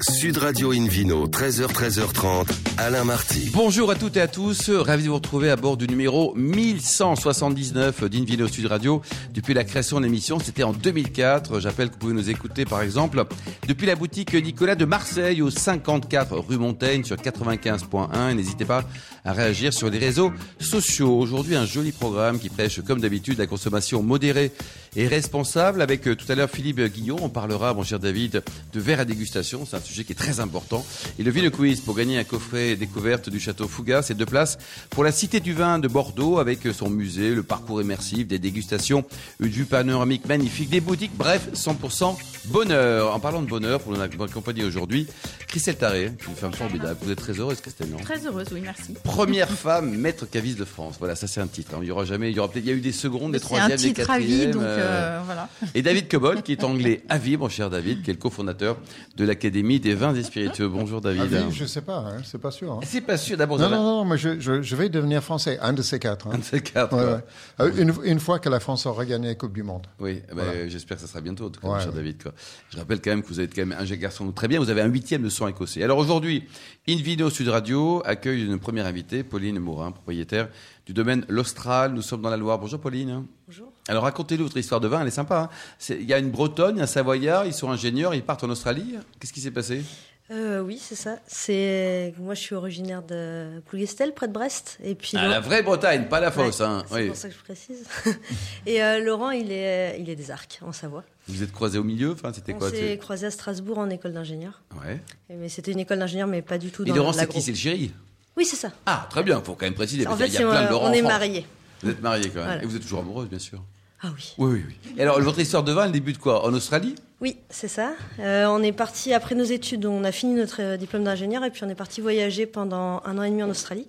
Sud Radio Invino, 13h, 13h30, Alain Marty. Bonjour à toutes et à tous, ravi de vous retrouver à bord du numéro 1179 d'Invino Sud Radio. Depuis la création de l'émission, c'était en 2004. J'appelle que vous pouvez nous écouter par exemple depuis la boutique Nicolas de Marseille au 54 rue Montaigne sur 95.1. Et N'hésitez pas à réagir sur les réseaux sociaux. Aujourd'hui, un joli programme qui prêche comme d'habitude la consommation modérée et responsable avec euh, tout à l'heure Philippe Guillon. On parlera, mon cher David, de verre à dégustation. C'est un sujet qui est très important. Et le Vino Quiz pour gagner un coffret découverte du château Fougas et deux places pour la Cité du Vin de Bordeaux avec euh, son musée, le parcours immersif, des dégustations, une vue panoramique magnifique, des boutiques. Bref, 100% bonheur. En parlant de bonheur, pour nous accompagner aujourd'hui, Christelle Taré, une femme formidable. Vous êtes très heureuse, Christelle, non Très heureuse, oui, merci. Première femme maître caviste de France. Voilà, ça c'est un titre. hein. Il y aura jamais, il y aura peut-être, il y a eu des secondes, des C'est un troisièmes, des titre à vie, quatrièmes. donc euh, euh, voilà. Et David Cobol, qui est anglais à vie, mon cher David, qui est le cofondateur de l'Académie des vins et spiritueux. Bonjour Ah David. oui, je sais pas, hein, c'est pas sûr. hein. C'est pas sûr d'abord. Non, Alain. non, non, mais je, je- je vais devenir français, un de ces quatre. hein. Un de ces quatre. Ouais, ouais. Euh, Une, une fois que la France aura gagné la Coupe du Monde. Oui, eh ben, euh, j'espère que ça sera bientôt, en tout cas, mon Ouais, cher ouais. David. quoi. Je rappelle quand même que vous êtes quand même un jeune garçon très bien. Vous avez un huitième de sang écossais. Alors aujourd'hui, Invino Sud Radio accueille une première invitée, Pauline Morin, propriétaire du domaine L'Austral. Nous sommes dans la Loire. Bonjour Pauline. Bonjour. Alors racontez-nous votre histoire de vin, elle est sympa. hein. C'est- Il y a une Bretonne, un Savoyard, ils sont ingénieurs, ils partent en Australie. Qu'est-ce qui s'est passé Euh, oui, c'est ça. C'est moi, je suis originaire de Plougastel, près de Brest, et puis Ah, Laurent- La vraie Bretagne, pas la Ouais, fausse. hein. C'est Oui. pour ça que je précise. et euh, Laurent, il est, il est des Arcs, en Savoie. Vous êtes croisés au milieu, enfin, c'était On quoi s'est c'est- croisés à Strasbourg en école d'ingénieur. Ouais. Et- Mais c'était une école d'ingénieur, mais pas du tout Et dans Laurent, c'est l'agro. qui C'est le chéri Oui, c'est ça. Ah, très bien, faut quand même préciser. En parce fait, qu'il y a c'est- plein de euh, Laurent on en est France. mariés. Vous êtes mariés quand même. Voilà. Et vous êtes toujours amoureuse, bien sûr. Ah oui. Oui, oui, oui. Et alors, votre histoire de vin, elle débute quoi En Australie Oui, c'est ça. Euh, on est parti après nos études, on a fini notre euh, diplôme d'ingénieur et puis on est parti voyager pendant un an et demi en Australie.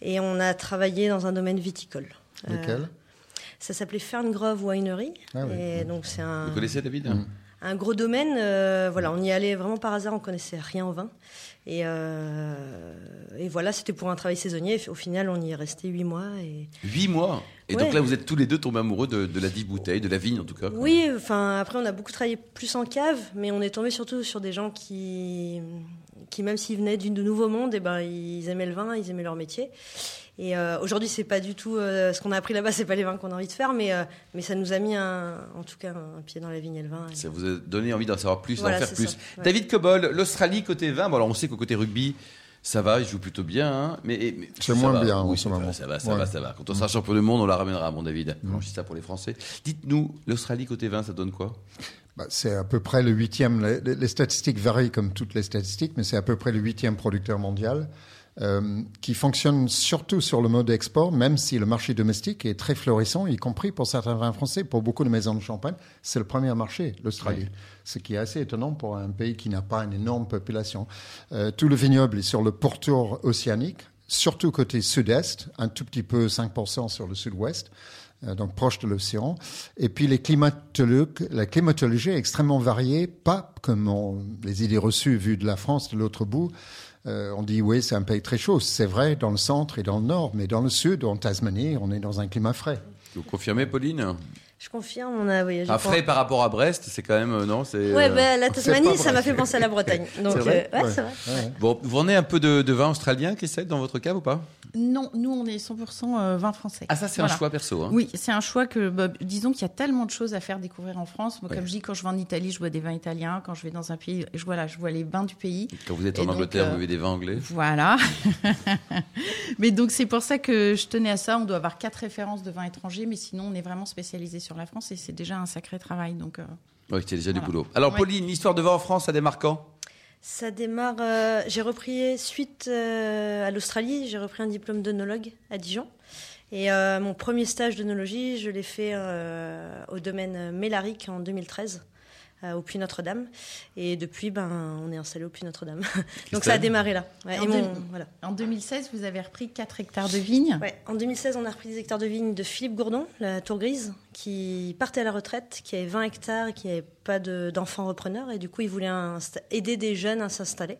Et on a travaillé dans un domaine viticole. Euh, Lequel Ça s'appelait Ferngrove Winery. Ah oui. Et donc c'est un, Vous connaissez, David Mmh. un gros domaine. euh, voilà, on y allait vraiment par hasard, on connaissait rien en vin. Et, euh, et voilà, c'était pour un travail saisonnier. Au final, on y est resté huit mois. Et... Huit mois. Et donc Ouais. là, vous êtes tous les deux tombés amoureux de, de la vie bouteille, de la vigne en tout cas. quoi. Oui, enfin après, on a beaucoup travaillé plus en cave, mais on est tombé surtout sur des gens qui, qui même s'ils venaient d'une de nouveau monde, et ben ils aimaient le vin, ils aimaient leur métier. Et euh, aujourd'hui, c'est pas du tout euh, ce qu'on a appris là-bas, c'est pas les vins qu'on a envie de faire, mais euh, mais ça nous a mis un, en tout cas un pied dans la vigne et le vin. Et- Ça vous a donné envie d'en savoir plus, d'en Voilà, faire c'est plus. ça, ouais. David Cobol, l'Australie côté vin. Bon, alors on sait qu'au côté rugby, ça va, il joue plutôt bien. hein, mais, mais- C'est ça moins va. bien en Oui, ce ça va, moment. Ça va, ça Ouais. va, ça va. Quand on sera champion du monde, on la ramènera, mon David. Franchis ça pour les Français. Dites-nous, l'Australie côté vin, ça donne quoi Bah, C'est à peu près le huitième. Les, les- les statistiques varient comme toutes les statistiques, mais c'est à peu près le huitième producteur mondial euh, qui fonctionne surtout sur le mode export, même si le marché domestique est très florissant, y compris pour certains vins français. Pour beaucoup de maisons de champagne, c'est le premier marché, l'Australie. Ce qui est assez étonnant pour un pays qui n'a pas une énorme population. Euh, tout le vignoble est sur le pourtour océanique, surtout côté sud-est, un tout petit peu 5% sur le sud-ouest euh, donc proche de l'océan. Et puis les climatologues, la climatologie est extrêmement variée, pas comme on- les idées reçues vues de la France de l'autre bout. Euh, on dit oui, c'est un pays très chaud. C'est vrai dans le centre et dans le nord, mais dans le sud, en Tasmanie, on est dans un climat frais. Vous confirmez, Pauline Je confirme, on a voyagé. Ah, pour- frais par rapport à Brest, c'est quand même, euh, non c'est, Ouais, ben- euh, bah, la c'est Tasmanie, pas ça vrai. m'a fait penser à la Bretagne. Donc, C'est vrai euh, ouais, Ouais. c'est vrai. Ouais. Bon, vous en avez un peu de, de vin australien, Christelle, dans votre cave ou pas Non, nous, on est 100% euh, vin français. Ah, ça, c'est Voilà. un choix perso. Hein. Oui, c'est un choix que, bah, disons qu'il y a tellement de choses à faire découvrir en France. Moi, Ouais. comme je dis, quand je vais en Italie, je bois des vins italiens. Quand je vais dans un pays, je, voilà, je vois les bains du pays. Quand vous êtes en Et donc, Angleterre, euh, vous buvez des vins anglais. Voilà. mais donc, c'est pour ça que je tenais à ça. On doit avoir quatre références de vins étrangers, mais sinon, on est vraiment spécialisé sur la France et c'est déjà un sacré travail. Donc, euh, Oui, c'est déjà du Voilà. boulot. Alors, Ouais. Pauline, l'histoire de vin en France, ça démarre quand Ça démarre. euh, j'ai repris suite euh, à l'Australie, j'ai repris un diplôme d'œnologue à Dijon. Et euh, mon premier stage d'œnologie, je l'ai fait euh, au domaine Mélaric en 2013. euh, au Puy Notre-Dame et depuis ben on est installé au Puy Notre-Dame donc ça a Christelle démarré là Ouais, Et et en mon- deux- voilà. en 2016, vous avez repris 4 hectares de vignes. Ouais, en 2016, on a repris des hectares de vignes de Philippe Gourdon, la Tour Grise, qui partait à la retraite, qui avait 20 hectares, qui n'avait pas de- d'enfants repreneurs, et du coup, il voulait insta- aider des jeunes à s'installer,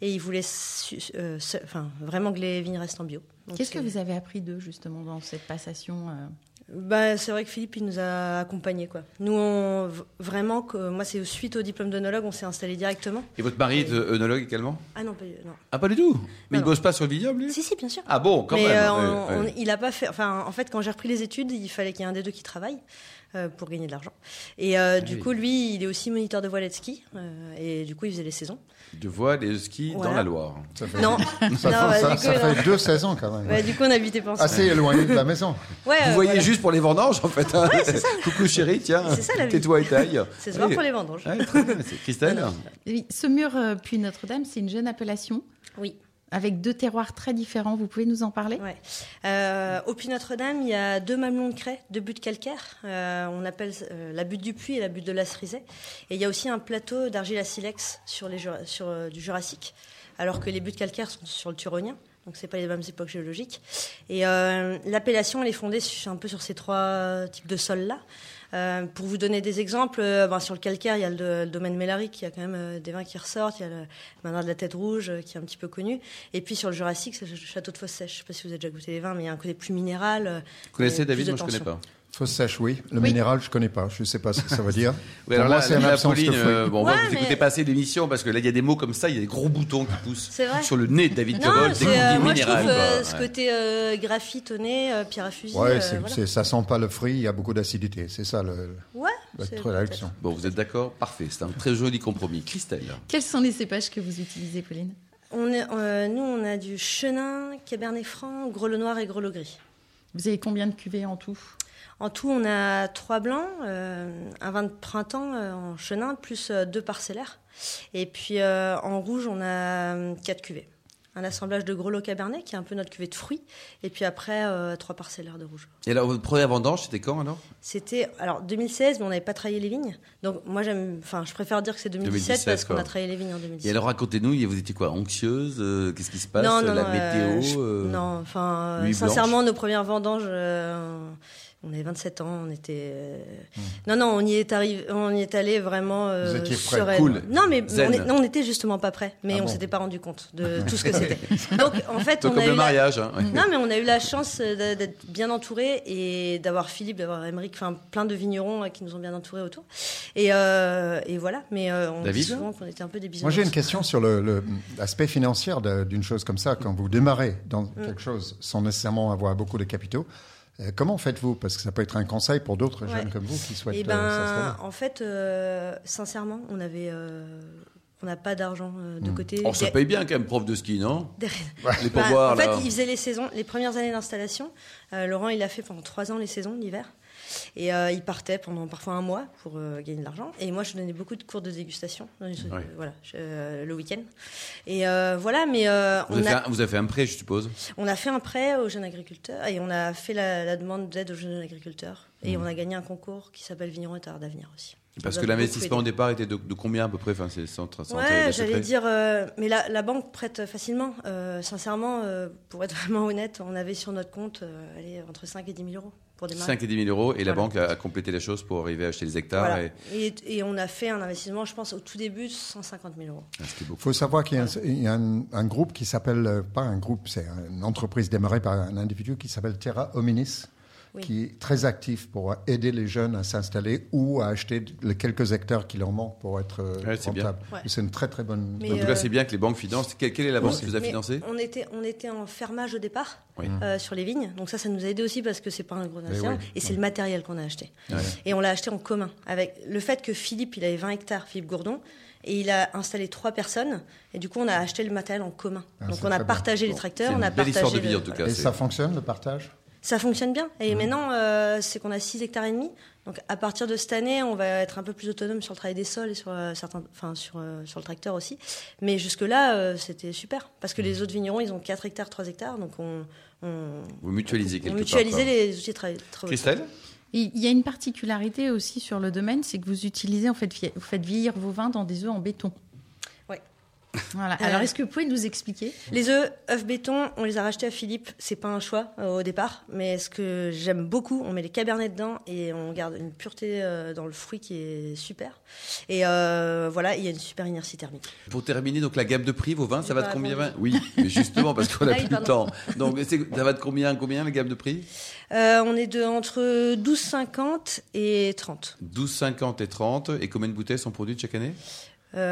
et il voulait su- euh, se- enfin, vraiment que les vignes restent en bio. Donc, Qu'est-ce que c'est- vous avez appris d'eux, justement, dans cette passation euh, Bah, c'est vrai que Philippe, il nous a accompagnés. Quoi. Nous, on, v- vraiment, que, moi, c'est suite au diplôme d'œnologue, on s'est installé directement. Et votre mari est euh, œnologue également Ah non, pas, non. Ah, pas du tout Mais il Non, bosse pas sur le vignoble, lui Si, si, bien sûr. Ah bon, quand Mais même hein, euh, ouais, on- ouais. on- il a pas fait. Enfin, en fait, quand j'ai repris les études, il fallait qu'il y ait un des deux qui travaille euh, pour gagner de l'argent. Et euh, du Ah oui. coup, lui, il est aussi moniteur de voile et de ski. euh, et du coup, il faisait les saisons. De voile et de ski Voilà. Euh, dans la Loire. Ça fait, Non, ça, Non, fait, bah, ça- du ça coup, non. fait deux saisons quand même. Bah, du coup, on habitait pas ensemble. Assez éloigné de la maison. Ouais, Ah, Vous euh, voyez voilà. juste pour les vendanges, en fait. hein. Coucou chérie, tiens. C'est ça, la vie. Tais-toi et taille. C'est souvent Ouais. pour les vendanges. Ouais, très bien, c'est- Christelle Oui, Saumur euh, puis Notre-Dame, c'est une jeune appellation Oui. avec deux terroirs très différents. Vous pouvez nous en parler Ouais. Euh, au Puy Notre-Dame, il y a deux mamelons de craie, deux buttes calcaires. Euh, on appelle euh, la butte du Puy et la butte de la Cerisay. Et il y a aussi un plateau d'argile à silex sur les, Jura- sur, euh, du Jurassique, alors que les buttes calcaires sont sur le Turonien. Donc c'est pas les mêmes époques géologiques. Et euh, l'appellation, elle est fondée sur- un peu sur ces trois types de sols-là. Euh, pour vous donner des exemples, euh, ben, sur le calcaire, il y a le, do- le domaine Mélaric, il y a quand même euh, des vins qui ressortent, il y a le manoir de la Tête Rouge euh, qui est un petit peu connu, et puis sur le Jurassique, c'est le ch- château de Fosse Sèche. Je sais pas si vous avez déjà goûté les vins, mais il y a un côté plus minéral. euh, Vous connaissez et David plus de Moi, je connais tension. pas. Fausse sèche, oui. Le Oui. minéral, je connais pas. Je sais pas ce que ça veut dire. Oui, Pour alors moi, là, c'est une là, absence de Pauline, fruits. euh, bon, Ouais, vous mais- écoutez pas assez d'émissions parce que là, il y a des mots comme ça, il y a des gros boutons qui poussent C'est vrai. sur le nez de David Non, Cobol, des c'est, coups euh, du moi je minéral, trouve quoi. euh, ce Ouais. côté euh, graphite au nez, euh, pierre à fusil. Ouais, euh, c'est- voilà. c'est- ça sent pas le fruit, il y a beaucoup d'acidité. C'est ça le, Ouais, la c'est- traduction. Bon, vous êtes d'accord Parfait, c'est un très joli compromis. Christelle Quels sont les cépages que vous utilisez, Pauline On est, euh, nous, on a du chenin, cabernet franc, grelot noir et grelot gris. Vous avez combien de cuvées en tout En tout, on a trois blancs, euh, un vin de printemps euh, en chenin, plus euh, deux parcellaires. Et puis euh, en rouge, on a euh, quatre cuvées. Un assemblage de gros lots cabernet, qui est un peu notre cuvée de fruits. Et puis après, euh, trois parcellaires de rouge. Et alors, votre première vendange, c'était quand alors C'était, alors 2016, mais on n'avait pas travaillé les vignes. Donc moi, j'aime, enfin, je préfère dire que c'est 2017, 2017, parce qu'on quoi. a travaillé les vignes en 2017. Et alors, racontez-nous, vous étiez quoi Anxieuse euh, Qu'est-ce qui se passe La euh, je- météo euh, non, enfin, euh, nuit blanche. sincèrement, nos premières vendanges, euh, on avait 27 ans, on était. euh, Non, non, on y est arrivé, on y est allé vraiment. euh, Vous étiez prêts, sereine. cool, Non, mais zen. on, est- non, on était justement pas prêts, mais Ah on bon s'était pas rendu compte de tout ce que c'était. Donc, en fait, Donc, comme on a le eu la- Mm. mariage. hein, ouais. non, mais on a eu la chance euh, d'a- d'être bien entouré et d'avoir Philippe, d'avoir Émeric, enfin plein de vignerons euh, qui nous ont bien entourés autour. Et, euh, et voilà, mais euh, on dit David souvent qu'on était un peu des bisous. Moi, j'ai une question sur le- le- l'aspect financier de- d'une chose comme ça. Quand vous démarrez dans Mm. quelque chose sans nécessairement avoir beaucoup de capitaux, euh, comment faites-vous Parce que ça peut être un conseil pour d'autres Ouais. jeunes comme vous qui souhaitent Eh euh, s'installer. ben, en fait, euh, sincèrement, on avait, euh, on n'a pas d'argent euh, de côté. On se Des- Oh, paye bien quand même, prof de ski, non des- Les Bah, pourboires, en fait, là. il faisait les saisons, les premières années d'installation. euh, Laurent, il a fait pendant trois ans les saisons l'hiver, et euh, il partait pendant parfois un mois pour euh, gagner de l'argent. Et moi, je donnais beaucoup de cours de dégustation, dans une- Ouais. voilà, je- euh, le week-end. Et euh, voilà, mais euh, Vous avez, on, fait a, un, vous avez fait un prêt, je suppose. on a fait un prêt aux jeunes agriculteurs et on a fait la, la demande d'aide aux jeunes agriculteurs. Et on a gagné un concours qui s'appelle Vigneron et Terre d'avenir aussi. Hmm. Parce Ça nous que a beaucoup l'investissement aidé. au départ était de, de combien à peu près enfin, c'est sans- sans Ouais, intérêt j'allais secret. dire, euh, mais la, la banque prête facilement. Euh, sincèrement, euh, pour être vraiment honnête, on avait sur notre compte euh, allez, entre 5 et 10 000 euros pour démarrer. 5 et 10 000 euros, et la Voilà. banque a, a complété les choses pour arriver à acheter les hectares. Voilà. Et... Et, et on a fait un investissement, je pense, au tout début, 150 000 euros. Ah, c'était Il beaucoup. faut savoir qu'il y a, un, il y a un- un groupe qui s'appelle, euh, pas un groupe, c'est une entreprise démarrée par un individu qui s'appelle Terra Hominis, Oui. qui est très actif pour aider les jeunes à s'installer ou à acheter les quelques hectares qui leur manquent pour être euh, Ouais, c'est bien. rentables. Ouais. C'est une très très bonne. Mais, En bonne- tout euh, cas, c'est bien que les banques financent. Quelle, quelle est la banque qui vous a Mais financé on était, on était en fermage au départ Oui. euh, sur les vignes, donc ça, ça nous a aidé aussi parce que c'est pas un gros Mais national oui. et c'est le matériel qu'on a acheté. Ouais. Et on l'a acheté en commun avec le fait que Philippe, il avait 20 hectares, Philippe Gourdon, et il a installé trois personnes et du coup, on a acheté le matériel en commun. Ah, donc c'est on a très partagé bien. les C'est tracteurs, une on a belle partagé histoire de vie, le- en tout voilà. cas. Et c'est- ça fonctionne le partage Ça fonctionne bien. Et maintenant, euh, c'est qu'on a 6 hectares et demi. Donc, à partir de cette année, on va être un peu plus autonome sur le travail des sols et sur, euh, certains, enfin, sur, euh, sur le tracteur aussi. Mais jusque-là, euh, c'était super. Parce que les autres vignerons, ils ont 4 hectares, 3 hectares. Donc, on, on, Vous mutualisez on quelque mutualisait part. quoi. les outils de travail. travaux. Christelle Et Il y a une particularité aussi sur le domaine, c'est que vous utilisez, en fait, vie- vous faites vieillir vos vins dans des œufs en béton. Voilà. Euh, Alors, est-ce que vous pouvez nous expliquer Les œufs, œufs béton, on les a rachetés à Philippe. C'est pas un choix euh, au départ, mais ce que j'aime beaucoup, on met les cabernets dedans et on garde une pureté euh, dans le fruit qui est super. Et euh, voilà, il y a une super inertie thermique. Pour terminer, donc la gamme de prix, vos vins, ça J'ai va de pas combien répondu. Oui, mais justement, parce qu'on n'a Ah oui, plus le temps. pardon. Donc, c'est- ça va de combien à combien la gamme de prix Euh, on est de entre 12,50 et 30. 12, 50 et 30. Et combien de bouteilles sont produites chaque année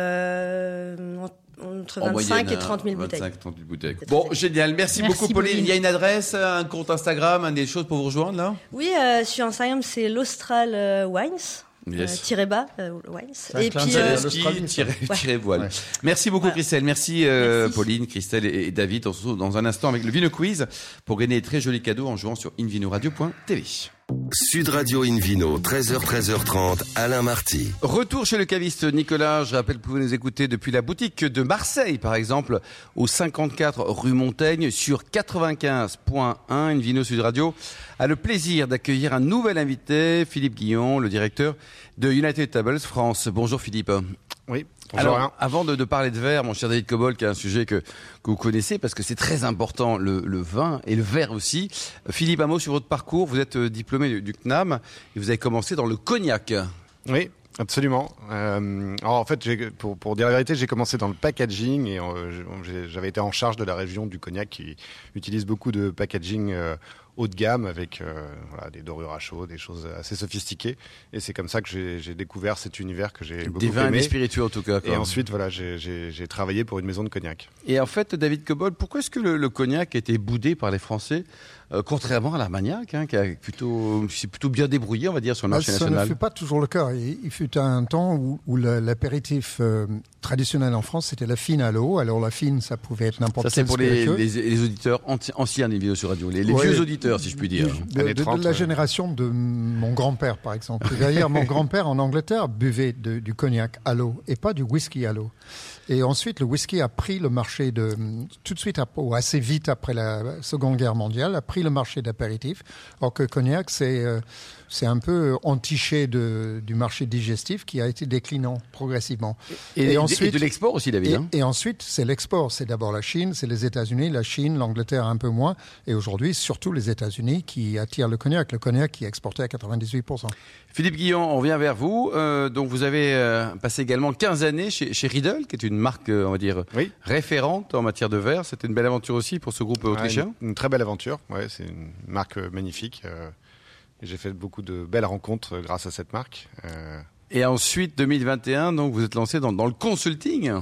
Euh, en- entre En 25 moyenne, et 30 000 hein, bouteilles. 25 30 000 bouteilles. C'est Bon, très bien. génial. Merci, Merci, beaucoup, Pauline. Pauline. Il y a une adresse, un compte Instagram, un des choses pour vous rejoindre, là Oui, euh, sur Instagram, c'est l'Austral euh, Wines. euh, tiré bas, euh, Wines. un Et clin puis, d'œil euh, à l'Australie, ça. Ouais. voile. Ouais. Merci beaucoup, Voilà. Christelle. Merci, euh, Merci. Pauline, Christelle et, et David. On se retrouve dans un instant avec le Vino Quiz pour gagner des très jolis cadeaux en jouant sur invinoradio.tv. Sud Radio Invino, 13h, 13h30, Alain Marty. Retour chez le caviste Nicolas. Je rappelle que vous pouvez nous écouter depuis la boutique de Marseille, par exemple, au 54 rue Montaigne, sur 95.1. Une Vino Sud Radio a le plaisir d'accueillir un nouvel invité, Philippe Guillon, le directeur de United Tables France. Bonjour Philippe. Oui, Alors, bonjour Alain. avant de, de parler de verre, mon cher David Cobol, qui est un sujet que, que vous connaissez, parce que c'est très important, le, le vin et le verre aussi. Philippe, un mot sur votre parcours. Vous êtes euh, diplômé du, du CNAM et vous avez commencé dans le cognac. Oui, absolument. Euh, alors en fait, j'ai- pour, pour dire la vérité, j'ai commencé dans le packaging et euh, j'ai- j'avais été en charge de la région du cognac qui utilise beaucoup de packaging euh, haut de gamme avec euh, voilà, des dorures à chaud, des choses assez sophistiquées. Et c'est comme ça que j'ai- j'ai découvert cet univers que j'ai beaucoup Des vins et des aimé. spiritueux, en tout cas. quoi. Et ensuite, voilà, j'ai- j'ai j'ai travaillé pour une maison de cognac. Et en fait, David Cobol, pourquoi est-ce que le, le cognac a été boudé par les Français, euh, contrairement à l'armagnac, hein, qui a plutôt, s'est plutôt bien débrouillé, on va dire, sur le Bah, marché ça ne national fut pas toujours le cas. Il, il fut un temps où, où le- l'apéritif euh, traditionnel en France, c'était la fine à l'eau. Alors la fine, ça pouvait être n'importe Ça, quel c'est pour les, spiritueux. les- les auditeurs anti- anciens des vidéos sur radio, les, les Ouais. vieux auditeurs, si je puis dire. Du- de- Années de- de 30, la ouais. génération de mon grand-père, par exemple. D'ailleurs, mon grand-père en Angleterre buvait de- du cognac à l'eau et pas du whisky à l'eau. Et ensuite, le whisky a pris le marché de tout de suite, ap- ou assez vite après la Seconde Guerre mondiale, a pris le marché d'apéritif. Or que le cognac, c'est euh, c'est un peu entiché de, du marché digestif qui a été déclinant progressivement. Et, Et et ensuite- de l'export aussi, David. Et, hein. et ensuite, c'est l'export. C'est d'abord la Chine, c'est les États-Unis, la Chine, l'Angleterre un peu moins. Et aujourd'hui, surtout les États-Unis qui attirent le cognac. Le cognac qui est exporté à 98%. Philippe Guillon, on vient vers vous. Euh, donc, vous avez euh, passé également 15 années chez, chez Riedel, qui est une marque, euh, on va dire, Oui. référente en matière de verre. C'était une belle aventure aussi pour ce groupe autrichien. Ouais, une, une très belle aventure. Ouais, c'est une marque euh, magnifique. euh, et J'ai fait beaucoup de belles rencontres euh, grâce à cette marque. Euh, Et ensuite, 2021, donc, vous êtes lancé dans, dans le consulting.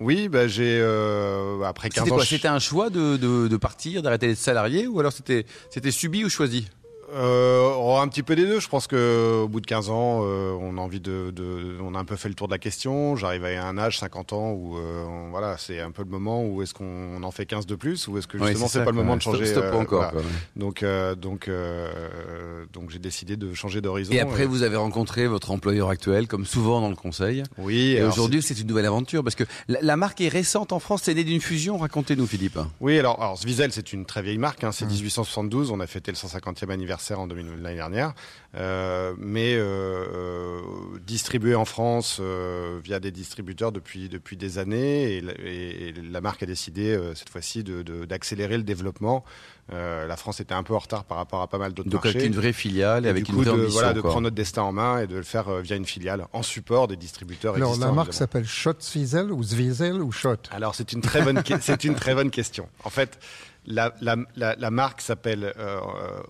Oui, bah, j'ai euh, après 15 C'était ans. quoi je- C'était un choix de, de- de partir, d'arrêter d'être salarié ou alors c'était c'était subi ou choisi Euh, oh, un petit peu des deux. Je pense que au bout de 15 ans, euh, on a envie de, de- on a un peu fait le tour de la question. J'arrive à un âge, 50 ans, où euh, on- voilà, c'est un peu le moment où est-ce qu'on en fait 15 de plus ou est-ce que justement Ouais, c'est ça, pas le quoi. moment de changer. Stop, stop, euh, pas encore. voilà. quoi. Donc euh, donc euh, donc j'ai décidé de changer d'horizon. euh, Et après, vous avez rencontré votre employeur actuel, comme souvent dans le conseil. Oui. Et alors, aujourd'hui, c'est une nouvelle aventure parce que la, la marque est récente en France. C'est né d'une fusion. Racontez-nous, Philippe. Oui, alors, alors Svizel, c'est une très vieille marque. Hein, Mmh. c'est 1872. On a fêté le 150e anniversaire en 2000 l'année dernière. Euh, mais euh, euh, distribué en France euh, via des distributeurs depuis, depuis des années. Et, la- et- et la marque a décidé, euh, cette fois-ci, de- de- d'accélérer le développement. Euh, la France était un peu en retard par rapport à pas mal d'autres Donc marchés. avec une vraie filiale, et Et avec du une coup, vraie de, ambition. voilà, de quoi. prendre notre destin en main et de le faire euh, via une filiale en support des distributeurs Alors existants. la marque évidemment. s'appelle Schott Swiesel ou Swiesel ou Schott Alors c'est une très bonne que- c'est une très bonne question. En fait, la, la- la- la marque s'appelle euh,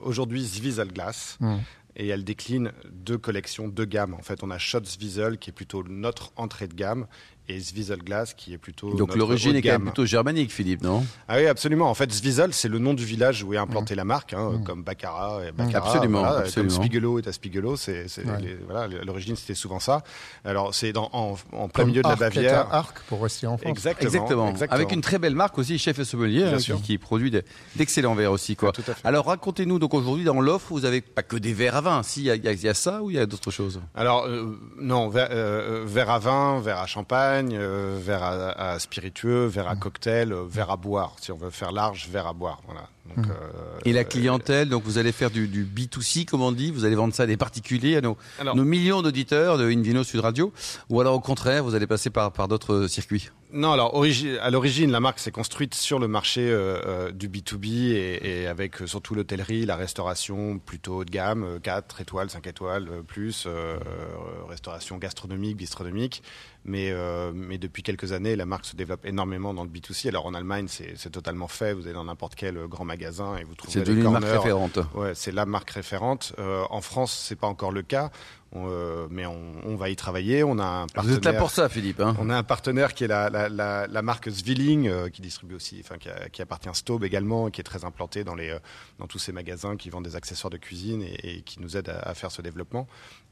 aujourd'hui Zwieselglas Hmm. Mm. et elle décline deux collections, deux gammes. En fait, on a Schott Zwiesel qui est plutôt notre entrée de gamme et Zwieselglas qui est plutôt Donc notre haut l'origine de est quand même gamme. plutôt germanique, Philippe, non Ah oui, absolument. En fait, Zwiesel, c'est le nom du village où est implantée la marque, hein, comme Baccarat et Baccarat. Hmm. Absolument, voilà, absolument. Comme Spiegelau est à Spiegelau, c'est, c'est Ouais. les- voilà, l'origine c'était souvent ça. Alors c'est dans, en, en plein Comme milieu de la Arc est Bavière. à Arc pour rester en France. Exactement, Avec une très belle marque aussi, chef et sommelier, Bien hein, sûr. qui, qui produit des- d'excellents verres aussi. Quoi. Ah, tout à fait. Alors racontez-nous, donc aujourd'hui dans l'offre, vous avez pas que des verres à vin, si, il y a- il y, a- il y a ça ou il y a d'autres choses Alors euh, non, ver- euh, verre à vin, verre à champagne, Mm. euh, verre à, à spiritueux, verre à cocktail, euh, verre à boire. Si on veut faire large, verre à boire. Voilà. Donc, Mhm. euh, Mm. Et la euh, clientèle, donc vous allez faire du, du B2C, comme on dit, vous allez vendre ça à des particuliers, à nos, Alors- nos millions d'auditeurs de Invino Sud Radio, ou alors au contraire, vous allez passer par, par d'autres circuits Non, alors origi- à l'origine, la marque s'est construite sur le marché euh, euh, du B2B et, et avec euh, surtout l'hôtellerie, la restauration plutôt haut de gamme, euh, 4 étoiles, 5 étoiles, euh, plus, euh, euh, restauration gastronomique, bistronomique. Mais, euh, mais depuis quelques années, la marque se développe énormément dans le B2C. Alors en Allemagne, c'est c'est totalement fait. Vous allez dans n'importe quel euh, grand magasin et vous trouvez C'est les devenu une marque corners. référente. Ouais, c'est la marque référente. Euh, en France, c'est pas encore le cas, On, euh, mais on, on va y travailler. On a un Vous partenaire. êtes là pour ça, Philippe. Hein On a un partenaire qui est la, la, la, la marque Zwilling, euh, qui distribue aussi, enfin qui, a- qui appartient à Staub également, et qui est très implantée dans les euh, dans tous ces magasins qui vendent des accessoires de cuisine et, et qui nous aide à, à faire ce développement.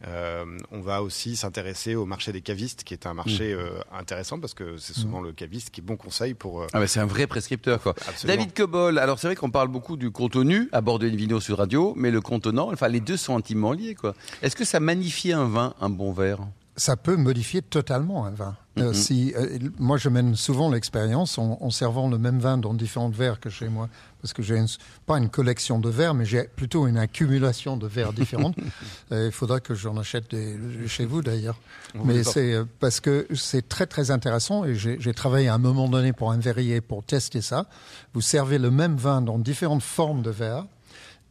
Euh, on va aussi s'intéresser au marché des cavistes, qui est un Mm. marché euh, intéressant parce que c'est souvent le caviste qui est bon conseil pour. euh, Ah bah c'est un vrai prescripteur quoi. Euh, Absolument. David Cobol, alors c'est vrai qu'on parle beaucoup du contenu à bord d'une vidéo sur radio, mais le contenant, enfin les deux sont intimement liés quoi. Est-ce que ça magnifie un vin, un bon verre ça peut modifier totalement un vin. Euh, Mm-hmm. Mhm. si, euh, moi, je mène souvent l'expérience en, en servant le même vin dans différents verres que chez moi, parce que j'ai une- pas une collection de verres, mais j'ai plutôt une accumulation de verres différentes. Euh, Il faudra que j'en achète des, chez vous d'ailleurs. On Mais vous apporte. c'est euh, parce que c'est très très intéressant et j'ai j'ai travaillé à un moment donné pour un verrier pour tester ça. Vous servez le même vin dans différentes formes de verres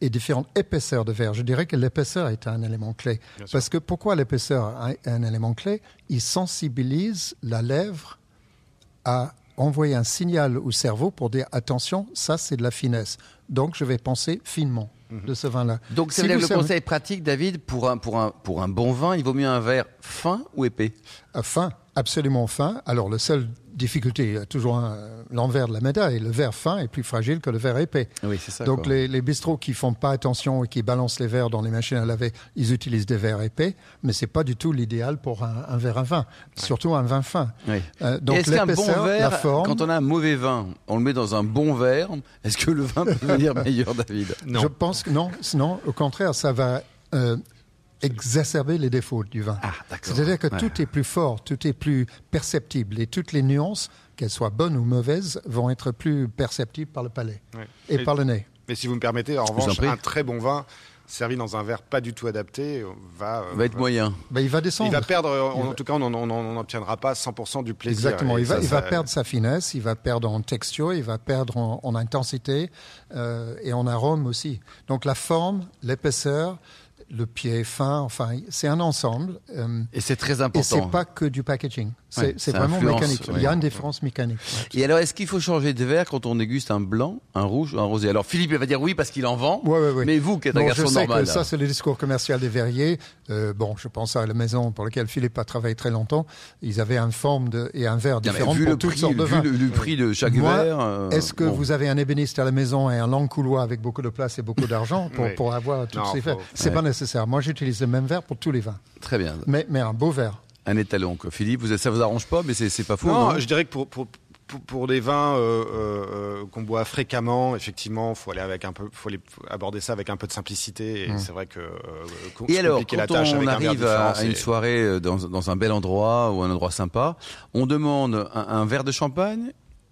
et différentes épaisseurs de verre. Je dirais que l'épaisseur est un élément clé. Bien sûr. Parce que pourquoi l'épaisseur est un élément clé Il sensibilise la lèvre à envoyer un signal au cerveau pour dire attention, ça c'est de la finesse. Donc je vais penser finement Mhm. de ce vin-là. Donc c'est Si vrai que le vous servez- conseil pratique, David, pour un pour un pour un bon vin, il vaut mieux un verre fin ou épais. Euh, Fin, absolument fin. Alors, la seule difficulté, il y a toujours un- l'envers de la médaille. Le verre fin est plus fragile que le verre épais. Oui c'est ça. Donc, les, les bistrots qui font pas attention et qui balancent les verres dans les machines à laver, ils utilisent des verres épais, mais c'est pas du tout l'idéal pour un, un verre à vin, surtout un vin fin. Euh, donc, Est-ce qu'un bon l'épaisseur, la verre, forme- quand on a un mauvais vin, on le met dans un bon verre, est-ce que le vin peut devenir meilleur, David Non. Je pense que non, sinon, au contraire, ça va euh, exacerber les défauts du vin. Ah, d'accord. C'est-à-dire que Ouais. tout est plus fort, tout est plus perceptible et toutes les nuances, qu'elles soient bonnes ou mauvaises, vont être plus perceptibles par le palais Ouais. et, par le nez. Mais si vous me permettez, en vous en revanche, prie. un très bon vin servi dans un verre pas du tout adapté euh, va, euh, Va être moyen. Ben, il va descendre. Il va perdre, en, Il va- en tout cas, on en- on n'obtiendra pas 100% du plaisir. Exactement, Et il va, ça, il va ça- perdre sa finesse, il va perdre en texture, il va perdre en, en intensité euh, et en arôme aussi. Donc la forme, l'épaisseur, le pied fin, enfin c'est un ensemble. euh, Et c'est très Et important. c'est pas que du packaging. C'est Ouais, c'est ça vraiment influence, mécanique. Il y ouais. a une différence mécanique. Et alors, est-ce qu'il faut changer de verre quand on déguste un blanc, un rouge ou un rosé Alors, Philippe, il va dire oui parce qu'il en vend. Ouais, ouais, ouais. Mais vous, qui êtes un Bon, je garçon sais normal. hein. que ça, c'est le discours commercial des verriers. Euh, bon, je pense à la maison pour laquelle Philippe a travaillé très longtemps. Ils avaient une forme de, et un verre Non, mais différent vu pour le toutes prix, sortes de vu vins. le, le prix de chaque Moi, verre. euh, Est-ce que bon. vous avez un ébéniste à la maison et un long couloir avec beaucoup de place et beaucoup d'argent pour, Oui. pour avoir tous Non, ces faut- verres C'est Ouais. pas nécessaire. Moi, j'utilise le même verre pour tous les vins. Très bien. Mais, mais un beau verre. Un étalon, quoi. Philippe, vous, ça vous arrange pas, mais c'est c'est pas faux. Non, non je dirais que pour, pour, pour, pour des vins euh, euh, euh, qu'on boit fréquemment, effectivement, faut aller avec un peu, faut aller aborder ça avec un peu de simplicité. Et c'est vrai que euh, com- Mmh. Et se alors, compliquer quand la tâche on avec un verre arrive à, différent, à une c'est- soirée euh, dans, dans un bel endroit ou un endroit sympa, on demande un, un verre de champagne,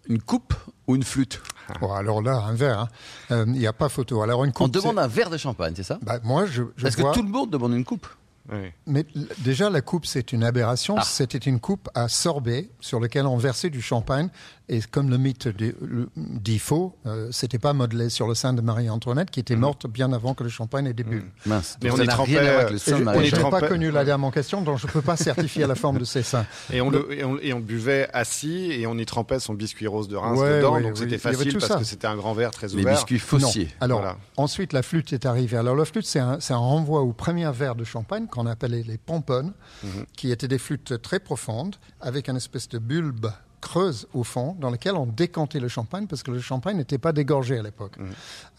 une coupe ou une flûte Bon, alors là, un verre. hein. Euh, Il n'y a pas photo. Alors, une coupe. Ah. On demande c'est- un verre de champagne, c'est ça Bah, moi, je, je Parce bois- que tout le monde demande une coupe. Oui. Mais l- déjà, la coupe, c'est une aberration. Ah. C'était une coupe à sorbet sur laquelle on versait du champagne. Et comme le mythe du- le- dit faux, euh, c'était pas modelé sur le sein de Marie-Antoinette, qui était Mm. morte bien avant que le champagne ait début. Mince. Mais Donc on Mm. ça y n'a rien trempait, à voir avec le euh, Et Saint je- Marie. et je n'ai pas trempait- connu la dame en question, donc je ne peux pas certifier la forme de ses seins. Et on, le- et, on, et on buvait assis et on y trempait son biscuit rose de Reims Ouais, dedans, ouais, donc oui, il y c'était avait facile tout parce ça. que c'était un grand verre très Les ouvert. biscuits faussiers. Non. Alors, Voilà. ensuite, la flûte est arrivée. Alors, la flûte, c'est un, c'est un renvoi au premier verre de champagne qu'on appelait les pomponnes, Mhm. qui étaient des flûtes très profondes, avec une espèce de bulbe creuse au fond, dans lequel on décantait le champagne, parce que le champagne n'était pas dégorgé à l'époque. Mhm.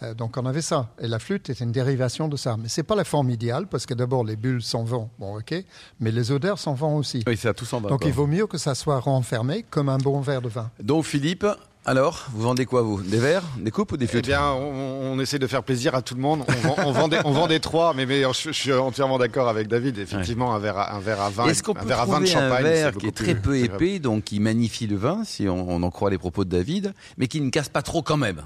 Euh, donc, on avait ça. Et la flûte était une dérivation de ça. Mais c'est pas la forme idéale, parce que d'abord, les bulles s'en vont. Bon, OK. Mais les odeurs s'en vont aussi. Oui, bah, ça tout s'en va. Donc, quoi. il vaut mieux que ça soit renfermé comme un bon verre de vin. Donc Philippe, alors, vous vendez quoi vous Des verres, des coupes ou des Eh flûtes bien, on, on essaie de faire plaisir à tout le monde. On vend, on vend des, on vend des trois, mais, mais je, je suis entièrement d'accord avec David. Effectivement, un, verre à, un verre à vin, Est-ce qu'on un peut verre à vin de trouver un champagne, c'est verre qui beaucoup est très plus- peu c'est vrai. épais, donc qui magnifie le vin, si on, on en croit les propos de David, mais qui ne casse pas trop quand même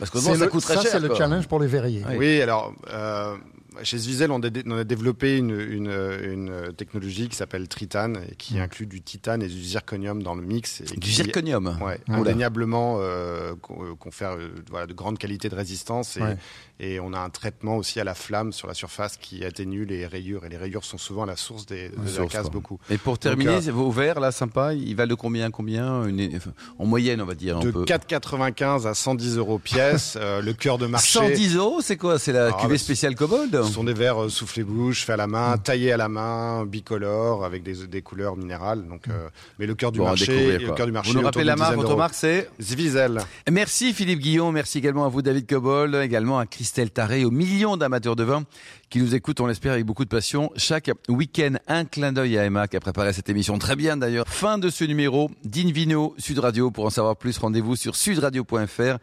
Parce que C'est ça le- coûte très ça, cher. c'est le quoi. challenge pour les verriers. Oui. Oui, alors, euh, chez Swizel, on, a dé- on a développé une, une, une technologie qui s'appelle Tritane, et qui Mm. inclut du titane et du zirconium dans le mix. et Hmm. Du qui- zirconium. Ah, Ouais, Oula. indéniablement euh, qu'on qu'on fait euh, voilà, de grandes qualités de résistance et, Ouais. et on a un traitement aussi à la flamme sur la surface qui atténue les rayures et les rayures sont souvent la source des, de La la source, casse quoi. beaucoup. Et pour terminer, euh, c'est vos verres, là, sympa, ils valent de combien à combien Une- En moyenne, on va dire. De un peu. 4,95 à 110 euros pièce, euh, le cœur de marché. 110 euros, c'est quoi C'est la Ah, cuvée bah, spéciale commode Ce sont des verres euh, soufflé-bouche, faits à la main, Mm. taillés à la main, bicolores, avec des, des couleurs minérales. Donc, euh, mais le cœur du Bon, à marché, Mm. découvrir, le quoi. cœur du marché. Vous nous autour rappelez d'une la marque, dizaine votre d'euros. marque, c'est Zwiesel. Merci Philippe Guillon, merci également à vous David Cobold, également à Christelle Taré, aux millions d'amateurs de vin qui nous écoutent, on l'espère, avec beaucoup de passion. Chaque week-end, un clin d'œil à Emma qui a préparé cette émission très bien d'ailleurs. Fin de ce numéro d'Invino Sud Radio. Pour en savoir plus, rendez-vous sur sudradio.fr,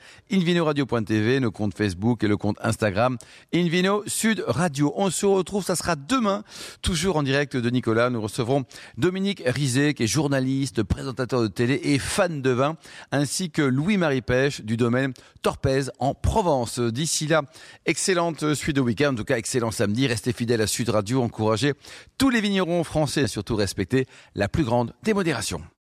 invinoradio.tv, nos comptes Facebook et le compte Instagram Invino Sud Radio. On se retrouve, ça sera demain, toujours en direct de Nicolas. Nous recevrons Dominique Rizet, qui est journaliste, présentateur de télé et fan de vin, ainsi que Louis-Marie Pêche du domaine Torpèze en Provence. D'ici là, excellente suite de week-end, en tout cas excellent samedi. Restez fidèles à Sud Radio, encouragez tous les vignerons français et surtout respectez la plus grande démodération.